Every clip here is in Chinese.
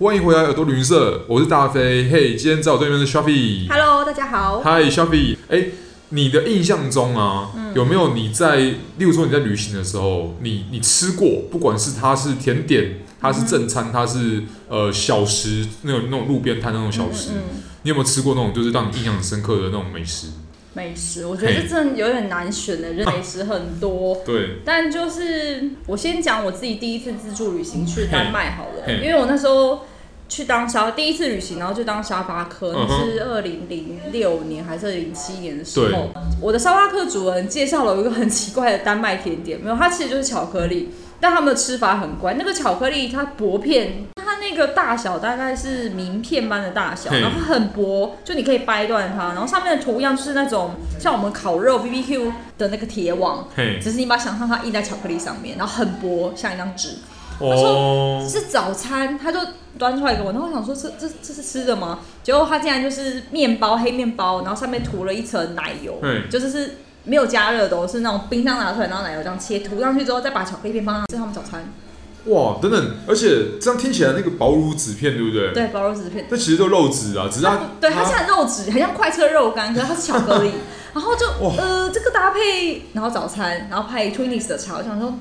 欢迎回来耳朵旅行社，我是大飞。嘿、今天在我对面是 Shafi。 Hello，大家嗯好。嗨，Shafi。哎，你的印象中啊，有没有你在，例如说你在旅行的时候，你你吃过，不管是它是甜点，它是正嗯餐，它是呃小食，那种那种路边摊那种小食，嗯嗯你有没有吃过那种就是让你印象很深刻的那种美食？美食，我觉得嘿这真的有点难选的，美食很多。对，但就是我先讲我自己第一次自助旅行去丹麦好了，嘿因为我那时候去当沙第一次旅行，然后就当沙发客，嗯那哼是二零零六年还是二零零七年的时对候，我的沙发客主人介绍了我一个很奇怪的丹麦甜点，没有，它其实就是巧克力，但他们的吃法很怪，那个巧克力它薄片。它那个大小大概是名片般的大小，嘿然后它很薄，就你可以掰断它，然后上面的图样就是那种像我们烤肉 B B Q 的那个铁网，嘿，只是你把它想象它印在巧克力上面，然后很薄，像一张纸。哦，是早餐，他就端出来给我，然后我想说这这这是吃的吗？结果它竟然就是面包，黑面包，然后上面涂了一层奶油，嘿，就是是没有加热的、哦，是那种冰箱拿出来，然后奶油这样切，涂上去之后再把巧克力片放上，这是他们早餐。哇，等等，而且这样听起来那个薄如纸片，对不对？对，包肉纸片，那其实都肉质啊，只是它对，它像肉质，很像快车肉干，可是它是巧 克力。然后就哇呃，这个搭配，然后早餐，然后配 Twinings 的茶，我想说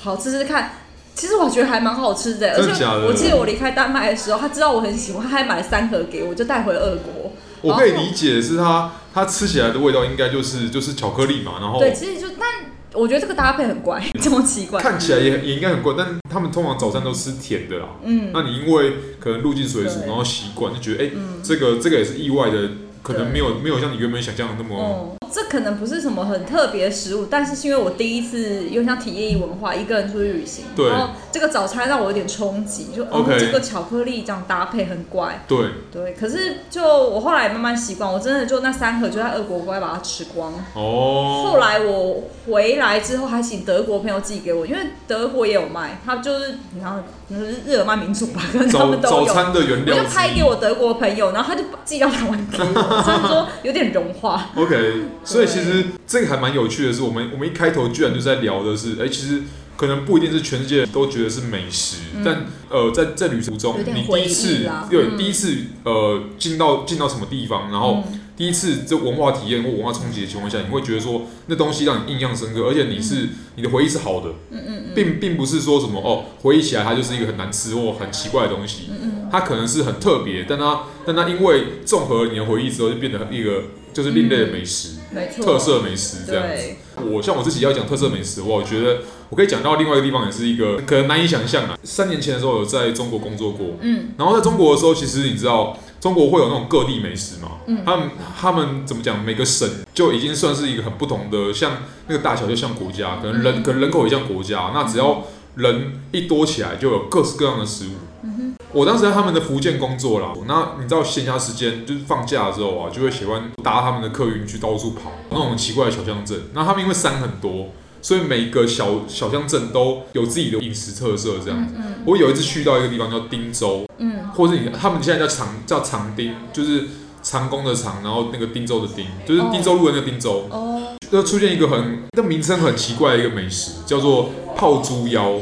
好吃吃看。其实我觉得还蛮好吃的，而真的且假的我记得我离开丹麦的时候，他知道我很喜欢，他还买了三盒给我，就带回俄国。我哦可以理解是它，它吃起来的味道应该就是就是巧克力嘛，然后对，其实就但我觉得这个搭配很怪， 这么奇怪。看起来也也应该很怪，但他们通常早餐都吃甜的啦。嗯，那你因为可能入境水土，对嗯然后习惯就觉得，哎、这个这个也是意外的，可能对没有没有像你原本想象的那么，哦，这可能不是什么很特别的食物，但是是因为我第一次又想体验一文化，一个人出去旅行，对然后这个早餐让我有点冲击，就哦 OK 这个巧克力这样搭配很怪，对，对。可是就我后来慢慢习惯，我真的就那三盒就在俄国乖把它吃光。后哦，来我回来之后，还请德国朋友寄给我，因为德国也有卖，他就是然后就是日耳曼民族吧，可能他早们都早有。餐的原我料就之拍一给我德国朋友，然后他就寄到台湾给 我，所以说有点融化。 OK，所以其实这个还蛮有趣的是，我们我们一开头居然就在聊的是，哎、其实可能不一定是全世界都觉得是美食，但呃，在在旅途中嗯有，点你第一回忆次啦对、嗯第一次呃进到进到什么地方，然后嗯第一次这文化体验或文化冲击的情况下，你会觉得说那东西让你印象深刻，而且你是、你的回忆是好的，嗯嗯嗯，并并不是说什么哦，回忆起来它就是一个很难吃或很奇怪的东嗯西，它可能是很特别，但它但它因为综合你的回忆之后，就变得一个就是另类的美食。没错，特色美食这样子。嗯对，我像我自己要讲特色美食的话，我觉得我可以讲到另外一个地方，也是一个可能难以想象啊。三年前的时候有在中国工作过，嗯，然后在中国的时候，其实你知道中国会有那种各地美食嘛，嗯他们他们怎么讲，每个省就已经算是一个很不同的，像那个大小就像国家，可能人、嗯可能人口也像国家，那只要人一多起来，就有各式各样的食物。我当时在他们的福建工作啦，那你知道闲暇时间就是放假的时候啊，就会喜欢搭他们的客运去到处跑，那种奇怪的小乡镇。那他们因为山很多，所以每个小小乡镇都有自己的饮食特色这样子。我有一次去到一个地方叫汀州，嗯，或是你他们现在叫长叫长汀，就是长工的长，然后那个汀州的汀，就是汀州路的那个汀州，哦，就出现一个很那名称很奇怪的一个美食，叫做泡猪腰。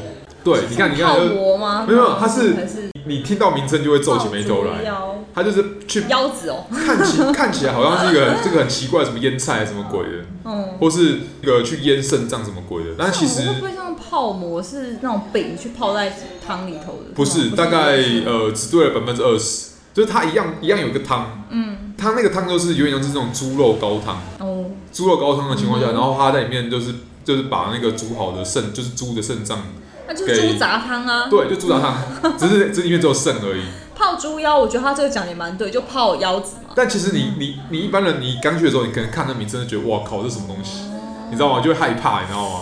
对，你看，你看，泡就是馍吗？没有没有它是还是你听到名称就会皱起眉头来。腰他就是去腰子哦，看起看起来好像是一个很这个很奇怪什么腌菜什么鬼的，嗯，或是那个去腌肾脏什么鬼的，但其实那会不会像泡馍是那种饼去泡在汤里头的？不是，大概呃只对了百分之二十，就是它一样一样有一个汤，嗯，它那个汤就是有点像是那种猪肉高汤，哦，猪肉高汤的情况下，然后它在里面就是就是把那个煮好的肾就是猪的肾脏，那就是给猪杂汤啊。对，就猪杂汤，只是这里面只有肾而已。泡猪腰，我觉得他这个讲得也蛮对，就泡腰子嘛。但其实你你你一般人，你刚去的时候，你可能看那名称就觉得哇靠，这什么东西，你知道吗？就会害怕，你知道吗？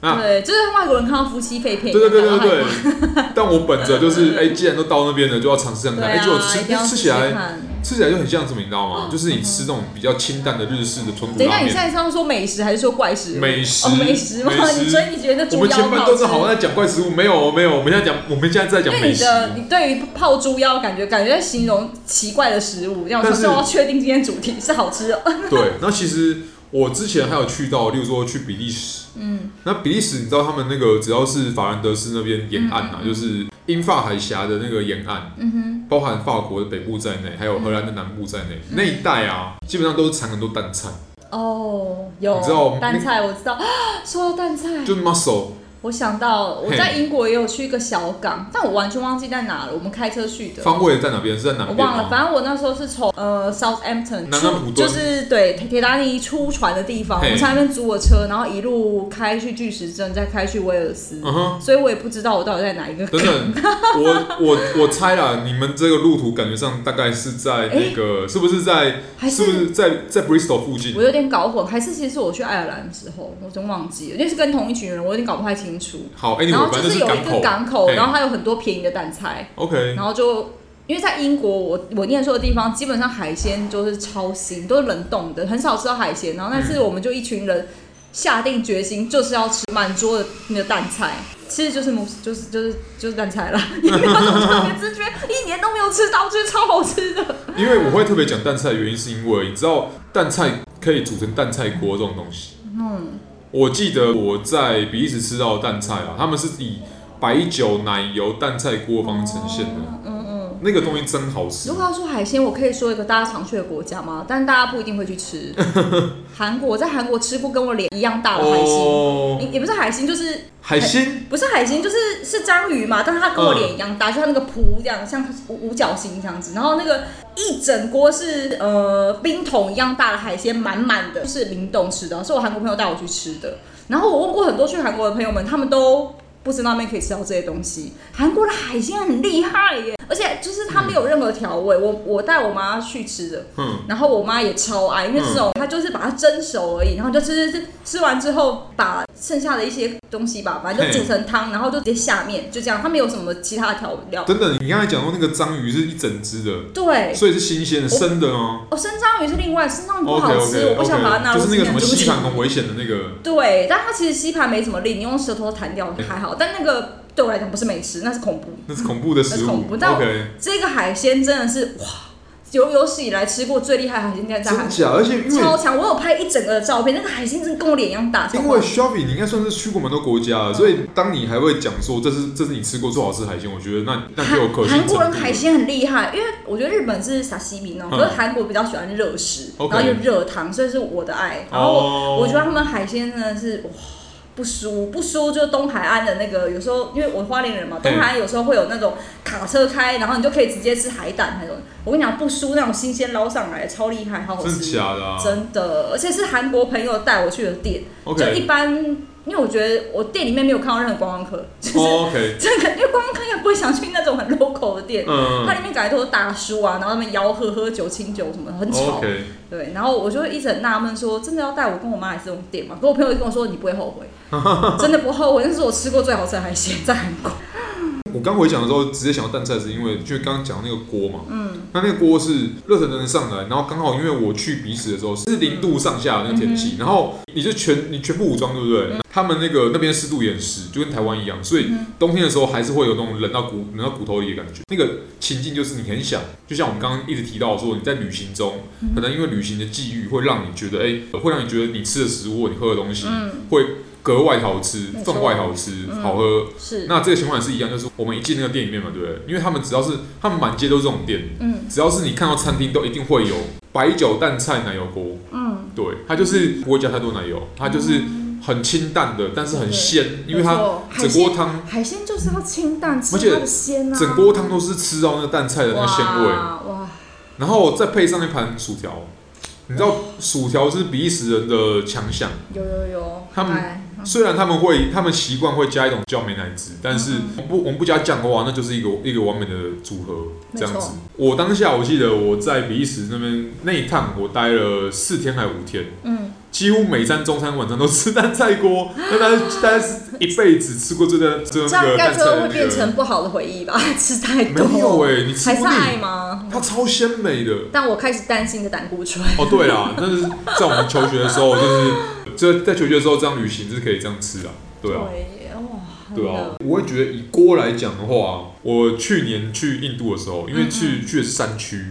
啊对，就是外国人看到夫妻肺片，对对对对然后对。但我本着 就是，哎，既然都到那边了，就要尝试看对看。哎，啊，结果吃一定要啊嗯吃起来，看吃起来就很像什么，你知道吗？就是你吃那种比较清淡的日式的豚骨等一拉下，你现面。在是要说美食还是说怪食物？美食哦，美食吗？美食所以你觉得我猪们腰前半段是很好吃像在讲怪食物，没有没有，我们现在讲我们现在在因讲为美你食。的你对于泡猪腰感觉感觉在形容奇怪的食物，让我但说是所以我要确定今天主题是好吃 的。对，那其实我之前还有去到，例如说去比利时，嗯，那比利时你知道他们那个只要是法兰德斯那边沿岸啊，就是英法海峡的那个沿岸，嗯哼，包含法国的北部在内，还有荷兰的南部在内，嗯那一带啊，基本上都是产很多蛋菜，哦，有你知道蛋菜，我知道。 说到蛋菜，就是 mussel，我想到我在嘿英国也有去一个小港，但我完全忘记在哪了。我们开车去的，方位在哪边？是在南我边啊忘了。吗？反正我那时候是从呃 Southampton 南安普出，顿就是对铁铁达尼出船的地方，我嘿们在那边租了车，然后一路开去巨石阵，再开去威尔斯。嗯呃哼，所以我也不知道我到底在哪一个港等等，我我我猜啦，你们这个路途感觉上大概是在那个，是不是在还是不是是在在 Bristol 附近我？有点搞混，还是其实我去爱尔兰的时候，我真忘记了，因为是跟同一群人，我有点搞不太清楚。好然，anyway，后哎反就正是有港一个口。哎港口，嘿然后它有很多便宜的蛋菜， OK，然后就因为在英国，我我念书的地方基本上海鲜就是超新，都是冷冻的，很少吃到海鲜。然后那次我们就一群人下定决心，就是要吃满桌的那个蛋菜，其实就是母就是就是就是蛋菜啦， 也没有什么特别之觉，一年都没有吃到，觉得超好吃的。因为我会特别讲蛋菜，原因是因为你知道蛋菜可以煮成蛋菜锅这种东西。嗯，我记得我在比利时吃到的蛋菜啊，他们是以白酒、奶油、蛋菜锅的方式呈现的。嗯嗯。那个东西真好吃如，果要说海鲜，我可以说一个大家常去的国家吗？但大家不一定会去吃。 韩国，我在韩国吃过跟我脸一样大的海星，哦也、，也不是海星，就是海鲜不是海星，就是是章鱼嘛，但是它跟我脸一样大，就它那个蹼这样，像五五角星这样子。然后那个一整锅是呃冰桶一样大的海鲜，满满的，就是冰冻吃的，是呃我韩国朋友带我去吃的。然后我问过很多去韩国的朋友们，他们都不知道那边可以吃到这些东西。韩国的海鲜很厉害耶，而且就是它没有任何调味。我我带我妈去吃的，嗯，然后我妈也超爱，因为这种她就是把它蒸熟而已，然后就吃吃吃，吃完之后把剩下的一些东西吧，反正就煮成汤，然后就直接下面就这样，它没有什么其他的调料。等等，你刚才讲到那个章鱼是一整只的，对，所以是新鲜的，生的吗哦，生章鱼是另外，生章鱼不 OK 好吃 OK 我不想把它 OK，纳就入是那个什么西吸餐盘很危险的那个，对，但它其实吸盘没什么力，你用舌头弹掉还好，但那个对我来讲不是美食，那是恐怖。那是恐怖的食那是物恐。怖但 OK，这个海鲜真的是哇，有有史以来吃过最厉害的海鲜店在韩真假？而且因为超强，我有拍一整个的照片，那个海鲜真的跟我脸一样大。超因夸为张 Shelby，你应该算是去过蛮多国家了，所以当你还会讲说这是这是你吃过最好吃的海鲜，我觉得那那就有可信韩程度国人海鲜很厉害，因为我觉得日本是沙西米那嗯种，可是韩国比较喜欢热食，然 OK 后又热汤，所以是我的爱。然后我哦，我觉得他们海鲜真的是哇。不输不输，就是东海岸的那个，有时候因为我花莲人嘛，嗯东海岸有时候会有那种卡车开，然后你就可以直接吃海胆那种。我跟你讲，不输那种新鲜捞上来，超厉害，好好真的吃，假的啊真的，而且是韩国朋友带我去的店，就一？OK 般，因为我觉得我店里面没有看到任何观光客， 就是哦 OK，真的，因为观光客应该不会想去那种很 local 的店，它嗯里面感觉都是大叔啊，然后他们吆喝喝酒、清酒什么的，很吵。哦，OK，对，然后我就一直很纳闷说，真的要带我跟我妈来这种店吗？可我朋友就跟我说，你不会后 悔，真的不后悔，那是我吃过最好吃的海鲜，在韩国。我刚回讲的时候直接想到蛋菜，是因为就刚刚讲那个锅嘛，嗯，那那个锅是热腾腾的上来，然后刚好因为我去彼此的时候是零度上下的那个天嗯气，然后你就全你全部武装，对不对？他们那个那边湿度也很湿，就跟台湾一样，所以嗯冬天的时候还是会有那种冷到骨冷到骨头里的感觉。那个情境就是你很想，就像我们刚刚一直提到说，你在旅行中嗯可能因为旅行的际遇会让你觉得，哎、会让你觉得你吃的食物、你喝的东西、会格外好吃嗯没、错嗯分外好吃、好喝。是，那这个情况也是一样，就是我们一进那个店里面嘛，对不对？因为他们只要是他们满街都是这种店，嗯，只要是你看到餐厅，都一定会有白酒蛋菜奶油锅，嗯，对，它就是不会加太多奶油，它就是很清淡的，但是很鲜，因为没它错整锅汤海鲜就是要清淡，吃而且它的鲜啊，整锅汤都是吃到那个蛋菜的那个鲜味，哇哇，然后再配上一盘薯条，你知道薯条是比利时人的强项，有有有，他们哎虽然他们会，他们习惯会加一种叫美奶汁，但是嗯不，我们不加酱的话，那就是一个一个完美的组合没这错样子。我当下我记得我在比利时那边那一趟，我待了四天还五天，嗯，几乎每餐中餐晚餐都吃蛋菜锅，那大概大概是一辈子吃过最的最这那样个该蛋不菜会的会那变个成不好的回忆吧？ 吃太多，没有哎、你吃还不是爱腻，吗？它超鲜美的。但我开始担心你的胆固醇。哦，对啦，但是在我们求学的时候，就是就在求学的时候这样旅行是可以这样吃啊，对啊。对对，哇，真的啊，我会觉得以锅来讲的话，我去年去印度的时候，因为去、去的是山区，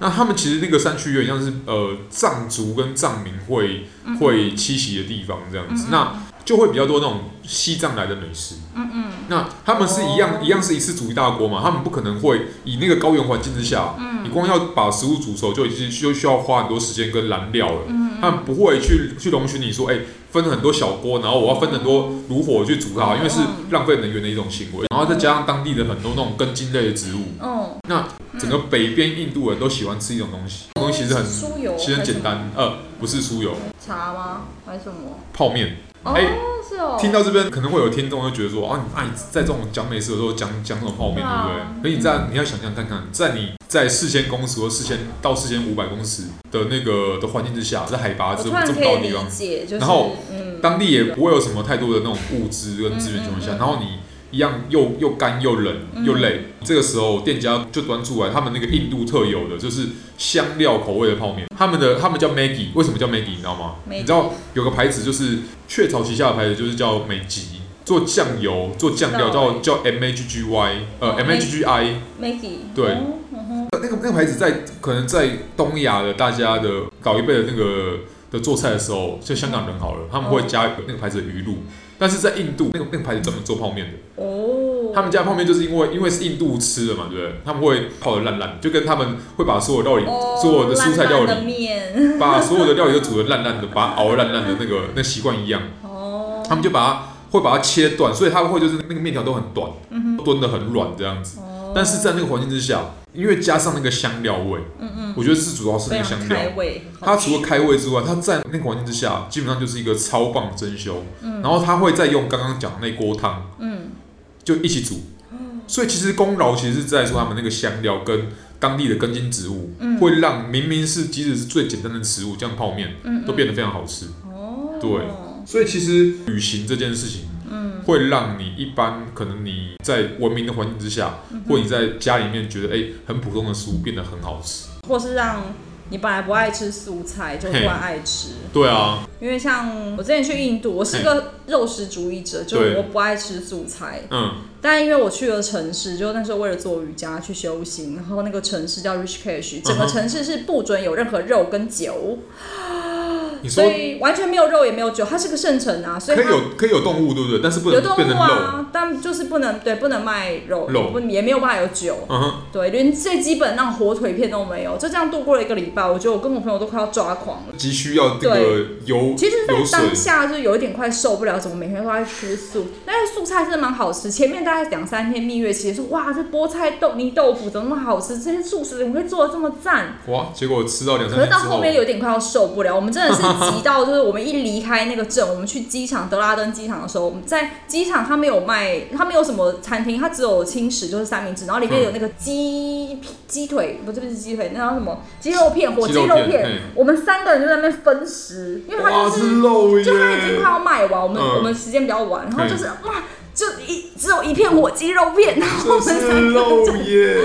那他们其实那个山区有点嗯像是呃藏族跟藏民会、会栖息的地方这样子。那就会比较多那种西藏来的美食。嗯嗯，那他们是一样、哦一样是一次煮一大锅嘛，他们不可能会以那个高原环境之下，嗯你光要把食物煮熟就已经就需要花很多时间跟燃料了。嗯他们不会去去容许你说，哎、分很多小锅，然后我要分很多炉火去煮哦它，因为是浪费能源的一种行为。然后再加上当地的很多那种根茎类的植物，嗯，那整个北边印度人都喜欢吃一种东西，这种东西其实很酥油，其实很简，单，呃，不是酥油，茶吗？还是什么？泡面。哦，哎是哦，听到这边可能会有听众会觉得说，啊，你啊你在这种讲美食的时候讲讲这种泡面，对对啊不对？可是你在你要想想看看，在你在四千公尺或四千到四千五百公尺的那个的环境之下，在海拔我这这突么然高可以的地理方，解，就是啊然后嗯，当地也不会有什么太多的那种物资跟资源情况下，然后你一样又又干又冷嗯又累，这个时候店家就端出来他们那个印度特有的就是香料口味的泡面，他们的他们叫 Maggie，为什么叫 Maggie 你知道吗 Maggi 你知道有个牌子就是雀巢旗下的牌子就是叫美吉。做酱油，做酱料知道叫叫 M A G G Y，呃哦 M A G G I， Maggie，对哦嗯哼那个那个牌子在可能在东亚的大家的老一辈的那个的做菜的时候，就香港人好了，他们会加那个牌子的鱼露。但是在印度，那个那个牌子专门做泡面的，哦，他们家泡面就是因为因为是印度吃的嘛，对不对？他们会泡的烂烂，就跟他们会把所有料理、哦所有的蔬菜料烂烂的理，面，把所有的料理都煮的烂烂的，把它熬的烂烂的那个那习惯一样，哦，他们就把它会把它切断，所以它会就是那个面条都很短，炖的很软这样子。嗯哦但是在那个环境之下，因为加上那个香料味，嗯嗯，我觉得是主要是那非个常香开料。胃，它除了开胃之外，它在那个环境之下，基本上就是一个超棒珍馐。然后它会再用刚刚讲的那锅汤，嗯，哦就一起煮。所以其实功劳其实是在说他们那个香料跟当地的根茎植物，嗯会让明明是即使是最简单的食物，像泡面，都变得非常好吃。嗯哦，对所以其实旅行这件事情，嗯，会让你一般可能你在文明的环境之下，嗯或你在家里面觉得哎、很普通的食物变得很好吃。或是让你本来不爱吃素菜，就突然爱吃。对啊，因为像我之前去印度，我是个肉食主义者，就对我不爱吃素菜。嗯，但因为我去了城市，就那时候为了做瑜伽去修行，然后那个城市叫 Rishikesh，整个嗯哼城市是不准有任何肉跟酒，你说所以完全没有肉也没有酒，它是个圣城啊，所以可它以有可以有动物，对不对？但是不有能动变物成肉。啊，但就是不能对不能卖肉，肉不也没有办法有酒，嗯哼，对，连最基本那种火腿片都没有，就这样度过了一个礼拜，我觉得我跟我朋友都快要抓狂了。急需要这个油其实，在油水当下就有一点快受不了，怎么每天都在吃素？但是素菜真的蛮好吃。前面大概两三天蜜月期，说哇，这菠菜豆泥豆腐怎么那么好吃？这些素食怎么会做的这么 赞？哇，结果吃哦到两三可是天到之后后，面有点快要受不了，我们真的是急到，就是我们一离开那个镇，我们去机场德拉登机场的时候，我们在机场它没有卖，它没有什么餐厅，它只有轻食就是三明治，然后里面有那个鸡皮鸡腿，不是不是鸡腿，那叫什么鸡肉片火鸡鸡肉肉片片嘿，我们三个人就在那边分食，因为它哇就是肉耶就，他已经快要卖完，我们、嗯我们时间比较晚，然后就是哇，就一只有一片火鸡肉片，然后我这们三是肉耶。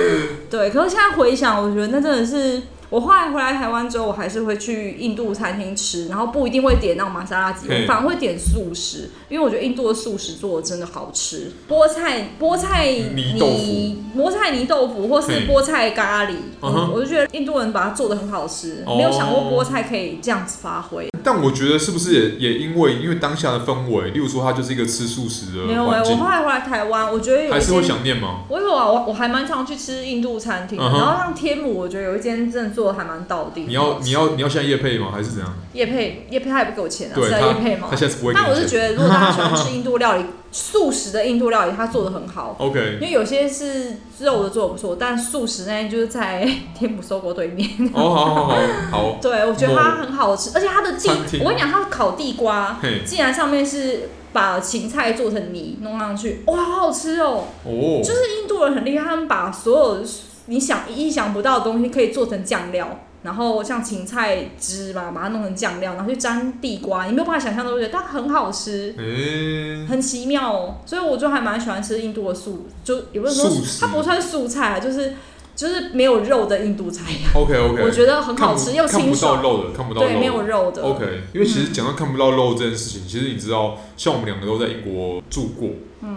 对。可是现在回想，我觉得那真的是，我后来回来台湾之后，我还是会去印度餐厅吃，然后不一定会点那种玛莎拉鸡，嗯我反而会点素食，因为我觉得印度的素食做的真的好吃，菠菜菠菜泥豆腐菠菜泥豆腐或是嗯菠菜咖喱，嗯哼哦我就觉得印度人把它做的很好吃，没有想过菠菜可以这样子发挥。但我觉得是不是也也因为因为当下的氛围，例如说它就是一个吃素食的没嗯有哎、环我境，后来回来台湾，我觉得有还一是会间，想念吗？我有啊，我我还蛮常去吃印度餐厅的，嗯哼然后像天母，我觉得有一间真的做的还蛮到地。你要你要你要现在夜配吗？还是怎样？叶配叶配他也不给我钱啊，对是在他叶配吗他？现在是不会给但你我是钱。觉得，如果大家 喜欢吃印度料理，素食的印度料理，他做的很好。因 OK，为有些是肉的做的不错，但素食那间就是在 天母搜狗对面。哦，好好好好，对，我觉得它很好吃，而且它的地餐，厅我跟你讲，它烤地瓜嘿，竟然上面是把芹菜做成泥弄上去，哇，好好吃哦！哦，就是印度人很厉害，他们把所有你想意想不到的东西可以做成酱料，然后像芹菜汁嘛，把它弄成酱料，然后去沾地瓜，你没有办法想象对不对？但很好吃。诶，很奇妙哦，所以我就还蛮喜欢吃印度的素，就也不是说素食它不算素菜啊，就是就是没有肉的印度菜， OK OK，我觉得很好吃又看清不到爽，肉的，看不到对，没肉有的。肉的。 OK，因为其实讲到看不到肉这件事情，其实你知道，像我们两个都在英国住过。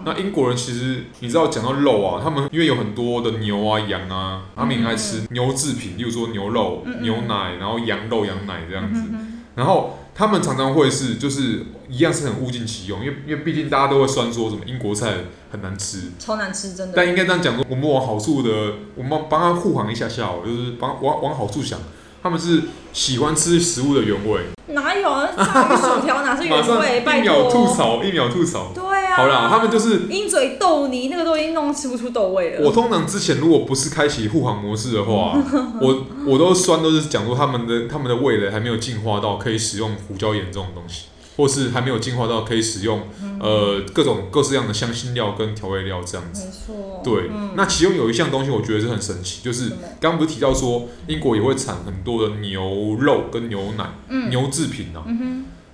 那英国人其实你知道，讲到肉啊，他们因为有很多的牛啊、羊啊，他们也很爱吃牛制品，例如说牛肉、牛奶，然后羊肉、羊奶这样子。然后他们常常会是，就是一样是很物尽其用，因为因为毕竟大家都会酸说什么英国菜很难吃，超难吃，真的。但应该这样讲说，我们往好处的，我们帮他护航一下下哦，就是帮往往好处想，他们是喜欢吃食物的原味，哪有啊？炸个薯条哪是 马原上味？一拜秒托。吐槽，一秒吐槽。对啊。好啦，他们就是鹰嘴豆泥那个都已经弄吃不出豆味了。我通常之前如果不是开启护航模式的话，我我都酸都是讲说他们的他们的味蕾还没有进化到可以使用胡椒盐这种东西，或是还没有进化到可以使用呃各种各式各样的香辛料跟调味料这样子。没错。嗯对，那其中有一项东西我觉得是很神奇，就是什么刚刚不是提到说英国也会产很多的牛肉跟牛奶、嗯牛制品啊，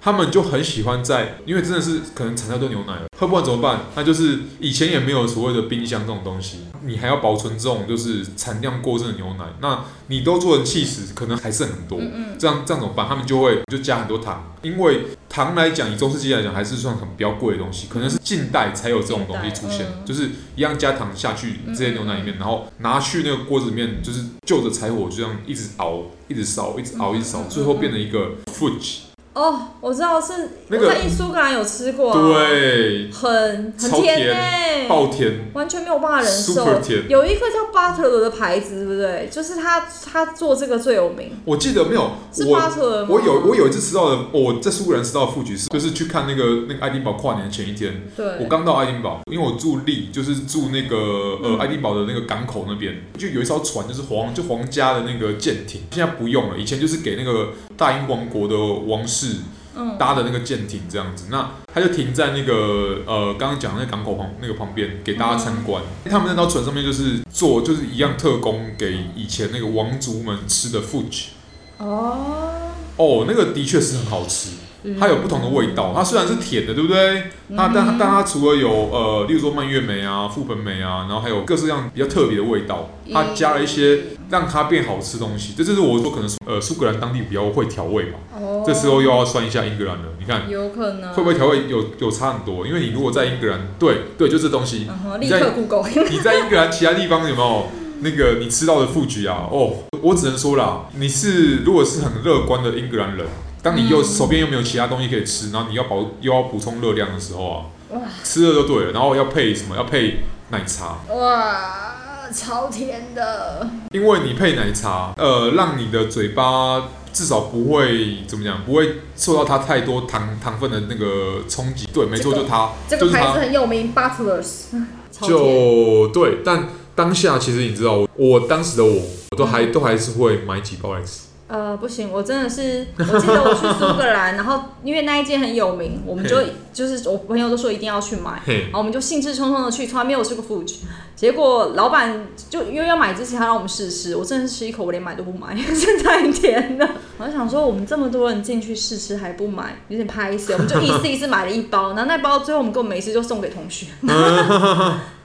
他们就很喜欢在，因为真的是可能产太多牛奶了，喝不完怎么办？那就是以前也没有所谓的冰箱这种东西，你还要保存这种就是产量过剩的牛奶，那你都做成气死，可能还剩很嗯多，这样这样怎么办？他们就会就加很多糖，因为糖来讲，以中世纪来讲还是算很比较贵的东西，可能是近代才有这种东西出现近代，嗯就是一样加糖下去这些牛奶里面，然后拿去那个锅子里面，就是就着柴火就这样一直熬，一直烧，一直嗯熬，一直烧，最后变成一个 fudge，哦，我知道是那个我在印苏格兰有吃过、啊，，对，很很超甜甜欸爆甜，完全没有办法忍受 Super 甜。有一个叫巴特罗的牌子，对不对？就是他他做这个最有名，我记得没有是巴我。特罗吗？我有我有一次吃到的，哦我在苏格兰吃到的 fudge 是就是去看那个那个爱丁堡跨年前一天，我对，刚到爱丁堡，因为我住利，就是住那个呃爱丁堡的那个港口那边，就有一艘船，就是皇就皇家的那个舰艇，现在不用了，以前就是给那个大英王国的王室嗯搭的那个舰艇这样子，那它就停在那个呃刚刚讲的那个港口旁那个旁边给大家参观。他们那艘船上面就是做就是一样特供给以前那个王族们吃的 f u j 哦，嗯哦，那个的确是很好吃，它有不同的味道。它虽然是甜的，对不对？它但但它除了有呃，例如说蔓越莓啊、覆盆莓啊，然后还有各式各样比较特别的味道，它加了一些让它变好吃的东西。这就是我说可能呃苏格兰当地比较会调味嘛。哦，这时候又要算一下英格兰了，你看有可能会不会调味有有差很多？因为你如果在英格兰，对对，就这东西，嗯哼，你立在刻 Google， 你在英格兰其他地方有没有那个你吃到的副局啊？哦，我只能说啦，你是如果是很乐观的英格兰人，当你又手边又没有其他东西可以吃，然后你要保又要补充热量的时候啊哇，吃了就对了，然后要配什么？要配奶茶，哇，超甜的，因为你配奶茶，呃，让你的嘴巴。至少不会怎么讲，不会受到它太多糖糖分的那个冲击。对，没错，这就个它，这就个是牌它子。很有名，Butlers，超甜，就对，但当下其实你知道，我我当时的我，我都还都还是会买几包来吃。呃，不行，我真的是，我记得我去苏格 兰，然后因为那一间很有名，我们就嘿就是我朋友都说一定要去买，嘿然，后我们就兴致冲冲的去，从来没有吃过 f u j 结果老板就因为要买之前，他让我们试吃，我真的是吃一口，我连买都不买，真的太甜了。我就想说，我们这么多人进去试吃还不买，有点拍死。我们就一次一次买了一包，然后那包最后我们根本没吃，就送给同 学，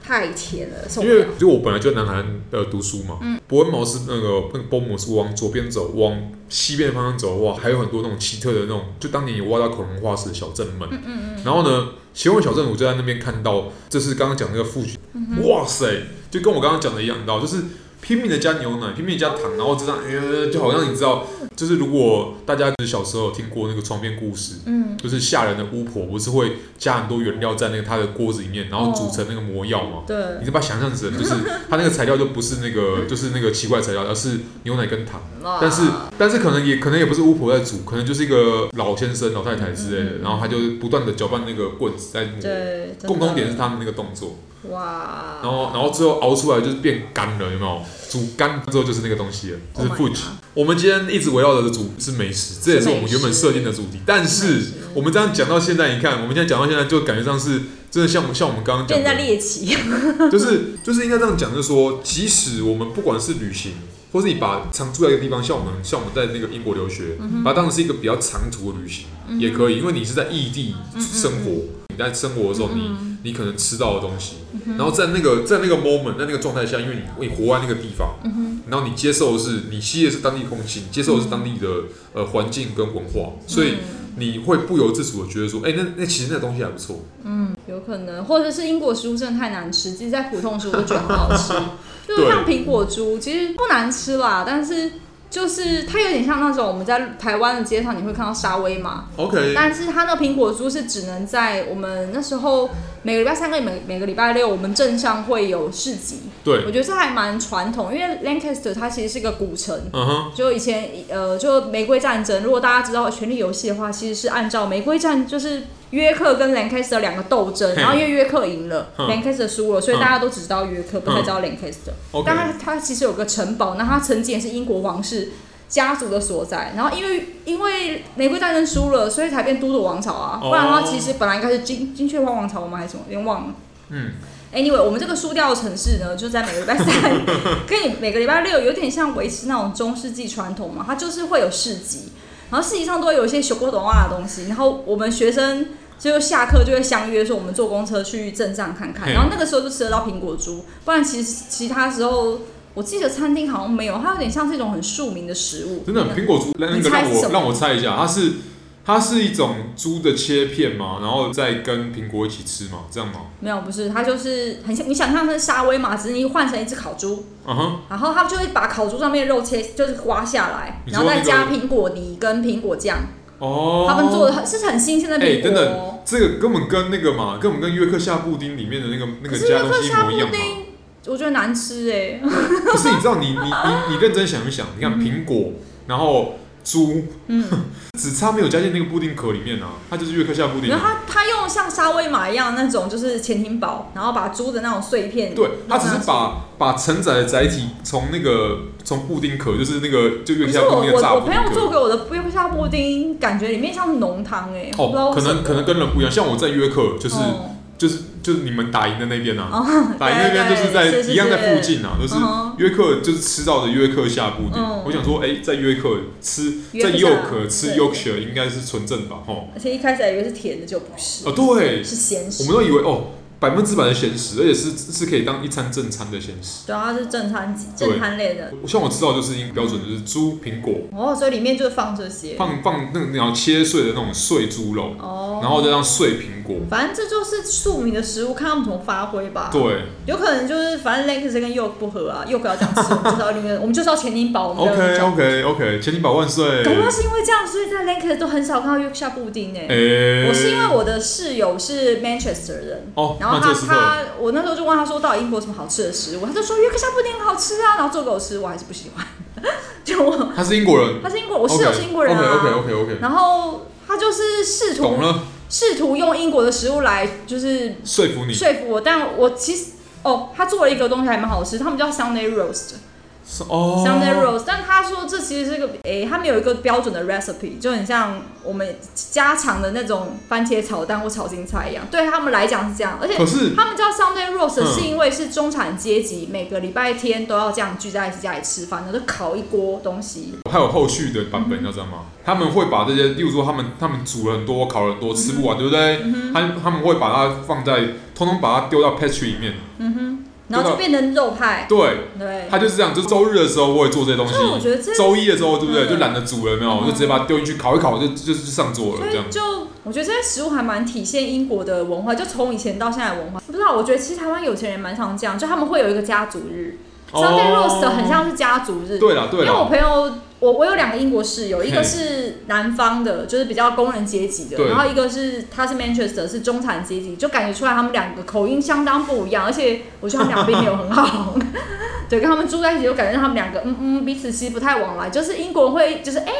太甜了，送因不了为。就我本来就在南韩呃读书嘛，伯恩茅斯那个那个波姆斯往左边走，往西边的方向走的话，还有很多那种奇特的那种，就当年有挖到恐龙化石的小镇们。嗯嗯嗯然后呢，奇幻小镇我就在那边看到，这是刚刚讲那个富士，哇塞，就跟我刚刚讲的一样，你知道，就是拼命的加牛奶，拼命地加糖，然后这样，呃，就好像你知道，就是如果大家小时候有听过那个床边故事，嗯，就是吓人的巫婆不是会加很多原料在那个她的锅子里面，然后煮成那个魔药嘛。对，你就把它想象成，就是它那个材料就不是那 个，就是那个奇怪的材料，而是牛奶跟糖。哇但是，但是可能也可能也不是巫婆在煮，可能就是一个老先生、老太太之类的，然后他就不断的搅拌那个棍子在磨。嗯对，真的共同点是他们那个动作，哇，然后然后最后熬出来就是变干了，有没有？煮干之后就是那个东西了，就是 Oh my f u god 我们今天一直围绕着的主是美食，这也是我们原本设定的主题。但美是食我们这样讲到现在，你看，我们现在讲到现在，就感觉上是真的像我们像我们刚刚讲的变在，猎奇， 就是就是应该这样讲，就是说，即使我们不管是旅行，或是你把常住在一个地方，像我们像我们在那个英国留学，嗯把它当成是一个比较长途的旅行、也可以，因为你是在异地嗯生活，你在生活的时候，你你可能吃到的东西，嗯然后在那个在那个 moment 在那个状态下，因为你你活在那个地方，嗯然后你接受的是你吸的是当地空气，你接受的是当地的嗯呃环境跟文化，所以你会不由自主的觉得说，哎、那那其实那东西还不错， 有可能，或者是英国食物真的太难吃，其实 在普通食物都觉得很好吃，就是像苹果猪，其实不难吃啦，但是就是它有点像那种我们在台湾的街上你会看到沙威玛， OK，但是它那苹果酥是只能在我们那时候每个礼拜三跟每每个礼拜六，我们镇上会有市集。对，我觉得这还蛮传统，因为 Lancaster 它其实是个古城。嗯哼，就以前呃，就玫瑰战争，如果大家知道《权力游戏》的话，其实是按照玫瑰战，就是约克跟兰开斯特两个斗争，嘿然后因为约克赢了，嗯兰开斯特输了，所以嗯大家都只知道约克，不太知道兰开斯特。 OK 但它它其实有个城堡，那它曾经也是英国王室家族的所在。然后因为因为玫瑰战争输了，所以才变都铎王朝啊，哦不然的话其实本来应该是金金雀花王朝吗？还是什么？有点忘了。嗯 Anyway，我们这个输掉的城市呢，就在每个礼拜三跟你每个礼拜六有点像维持那种中世纪传统嘛，它就是会有市集，然后市集上都会有一些修过懂啊的东西，然后我们学生就下课就会相约说我们坐公车去镇上看看，嘿然后那个时候就吃得到苹果猪，不然其实其他时候我记得餐厅好像没有，它有点像是一种很庶民的食物，真的苹果猪，那那你个猜让是我什么让我猜一下，它是它是一种猪的切片嘛，然后再跟苹果一起吃嘛，这样吗？没有不是，它就是很像你想象成沙威玛，只是你换成一只烤猪，嗯哼，然后他就会把烤猪上面的肉切，就是刮下来，你然说后再加那个苹果泥跟苹果酱。哦，他们做的很是很新鲜的哎，苹等果、等哦。，这个根本跟那个嘛，根本跟约克夏布丁里面的那个那可个是加那东克西一夏模布一样啊嘛。丁，我觉得难吃哎、可是你知道你，你你你认真想一想，你看苹果，然后猪，嗯， 只差没有加进那个布丁壳里面啊，它就是约克夏布丁然。后他他用像沙威玛一样那种就是潜艇堡，然后把猪的那种碎片，对，它弄只上是去。把把承载的载体从那个从布丁壳，就是那个就约克可是夏我布丁的炸我我布朋丁友做壳。给我的布丁夏布丁，感觉里面像浓汤哎，我不知哦，道为可什么能可能跟人不一样，像我在约克，就是、哦就是就是你们打赢的那边啊，哦 打赢那边就是在对对是是一样在附近啊，就是嗯哼约克就是吃到的约克夏布丁。嗯我想说，哎、在约克吃约在克夏 York 吃对 Yorkshire 应该是纯正吧，吼。而且一开始还以为是甜的，就不是，哦，对，是咸食我。们都以为哦，百分之百的咸食，而且是是可以当一餐正餐的咸食。对啊，它是正餐级对正餐类的。像我知道就是已经标准，就是猪苹果哦，所以里面就是放这些。放放那个然后切碎的那种碎猪肉，哦。然后再让碎苹果。反正这就是庶民的食物，看他们怎么发挥吧。。对有可能就是反正 Lex 跟 York 不合啊，York 要这样吃，我们就是要另外，我们就是要钱宁堡，我们不要，OK 这样 OK OK，千金百万岁。搞不好是因为这样，所以在 Lex 都很少看到 York 下布丁诶、哎，我是因为我的室友是 Manchester 人。哦，然后曼他彻斯特，他，我那时候就问他说，到底英国有什么好吃的食物？他就说约克夏布丁很好吃啊，然后做给我吃，我还是不喜欢。 就我，他是英国人，他是英国，我室友是英国人啊。 OK OK OK OK，然后他就是试懂图了，试图用英国的食物来就是说服你。说服我，但我其实哦，他做了一个东西还蛮好吃，他们叫 Sunday roast，Sunday 是哦， roast，但他说这其实是个诶、他们有一个标准的 recipe，就很像我们家常的那种番茄炒蛋或炒青菜一样，对他们来讲是这样，而且可。是他们叫 Sunday roast 嗯是因为是中产阶级每个礼拜天都要这样聚在一起家里吃饭，然后就烤一锅东西。还有后续的版本，你知道吗？他们会把这些，例如说他们他们煮了很多，烤了很多，吃嗯不完，对不对？他他们会把它放在，通通把它丢到 pantry 里面。然后就变成肉派，对，对，啊他就是这样。就周日的时候我也做这些东所以我西，觉得这周一的时候对不对？嗯就懒得煮了，有没有？嗯就直接把它丢进去烤一烤，就就就上桌了所这样以。就我觉得这些食物还蛮体现英国的文化，就从以前到现在的文化。不知道，我觉得其实台湾有钱人蛮常这样，就他们会有一个家族日、s 哦 u n d a y roast 很。像是家族日。对了对因为我了，朋友，我我有两个英国室友，嘿一个是南方的，就是比较工人阶级的，对然后一个是他是 Manchester，是中产阶级，就感觉出来他们两个口音相当不一样，而且我觉得他们俩并没有很好。 对，跟他们住在一起，就感觉他们两个嗯嗯彼此其实不太往来，就是英国人会就是哎嗨、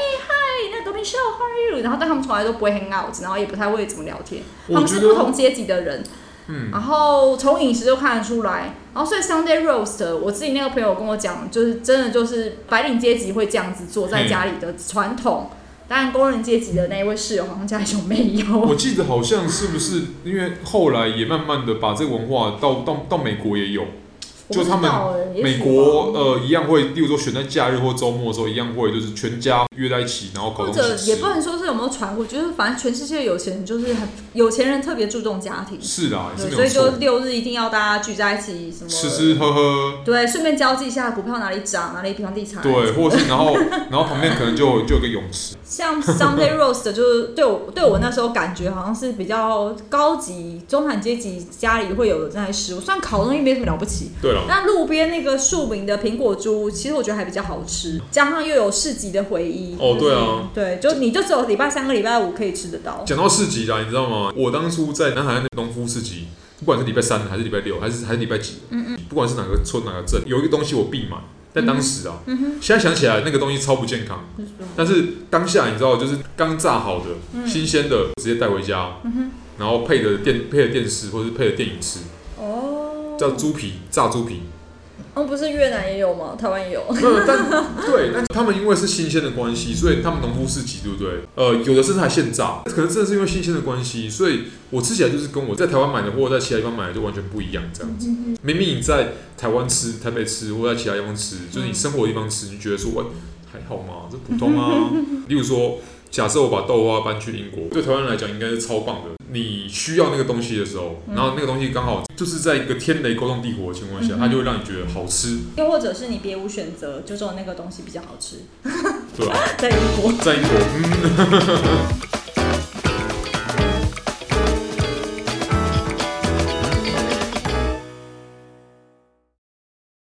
那 Dominic how are you，然后但他们从来都不会 hang out，然后也不太会怎么聊天，他我们觉是不得同阶级的人。嗯，然后从饮食就看得出来，然后所以 Sunday roast，我自己那个朋友跟我讲，就是真的就是白领阶级会这样子做，嗯在家里的传统，但工人阶级的那一位室友好像家里就没有。我记得好像是不是因为后来也慢慢的把这个文化到到到美国也有。我不知道欸也许美吧国呃一样会，例如说选在假日或周末的时候，一样会就是全家约在一起，然后搞或东者西也吃不。能说是有没有传过，就是反正全世界有钱人就是很有钱人特别注重家庭，是啦，也对，是没有所以就错。六日一定要大家聚在一起，什么吃吃喝喝，对，顺便交际一下股票哪里涨，哪里房地产，对，或者是然后然后旁边可能就就有个泳池，像 Sunday roast 就是对我对我那时候感觉好像是比较高级中产阶级家里会有的那些食物，虽然烤的东西没什么了不起，对对了，那路边那个庶民的苹果猪，其实我觉得还比较好吃，加上又有市集的回忆。哦对啊对，就你就只有礼拜三跟礼拜五可以吃得到。讲到市集啦，你知道吗？我当初在南海岸的农夫市集，不管是礼拜三还是礼拜六，还是还是礼拜几，嗯嗯，不管是哪个村哪个镇，有一个东西我必买。但当时啊，现在想起来那个东西超不健康，就是说但是当下你知道，就是刚炸好的、新鲜的，直接带回家，然后配着电配着电视或是配着电影吃，哦，叫猪皮炸猪皮。哦，不是越南也有吗？台湾也有。 没有，呃但对，但他们因为是新鲜的关系，所以他们农夫市集，对不对？呃，有的甚至还现炸，可能真的是因为新鲜的关系，所以我吃起来就是跟我在台湾买的或者在其他地方买的就完全不一样，这样子。明明你在台湾吃、台北吃，或在其他地方吃，就是你生活的地方吃，你觉得说，喂，还好吗？这普通啊。例如说，假设我把豆花搬去英国，对台湾人来讲应该是超棒的。你需要那个东西的时候，然后那个东西刚好就是在一个天雷勾动地火的情况下，它就会让你觉得好吃，又或者是你别无选择，就只有那个东西比较好吃，对吧、在英国。在英国，嗯。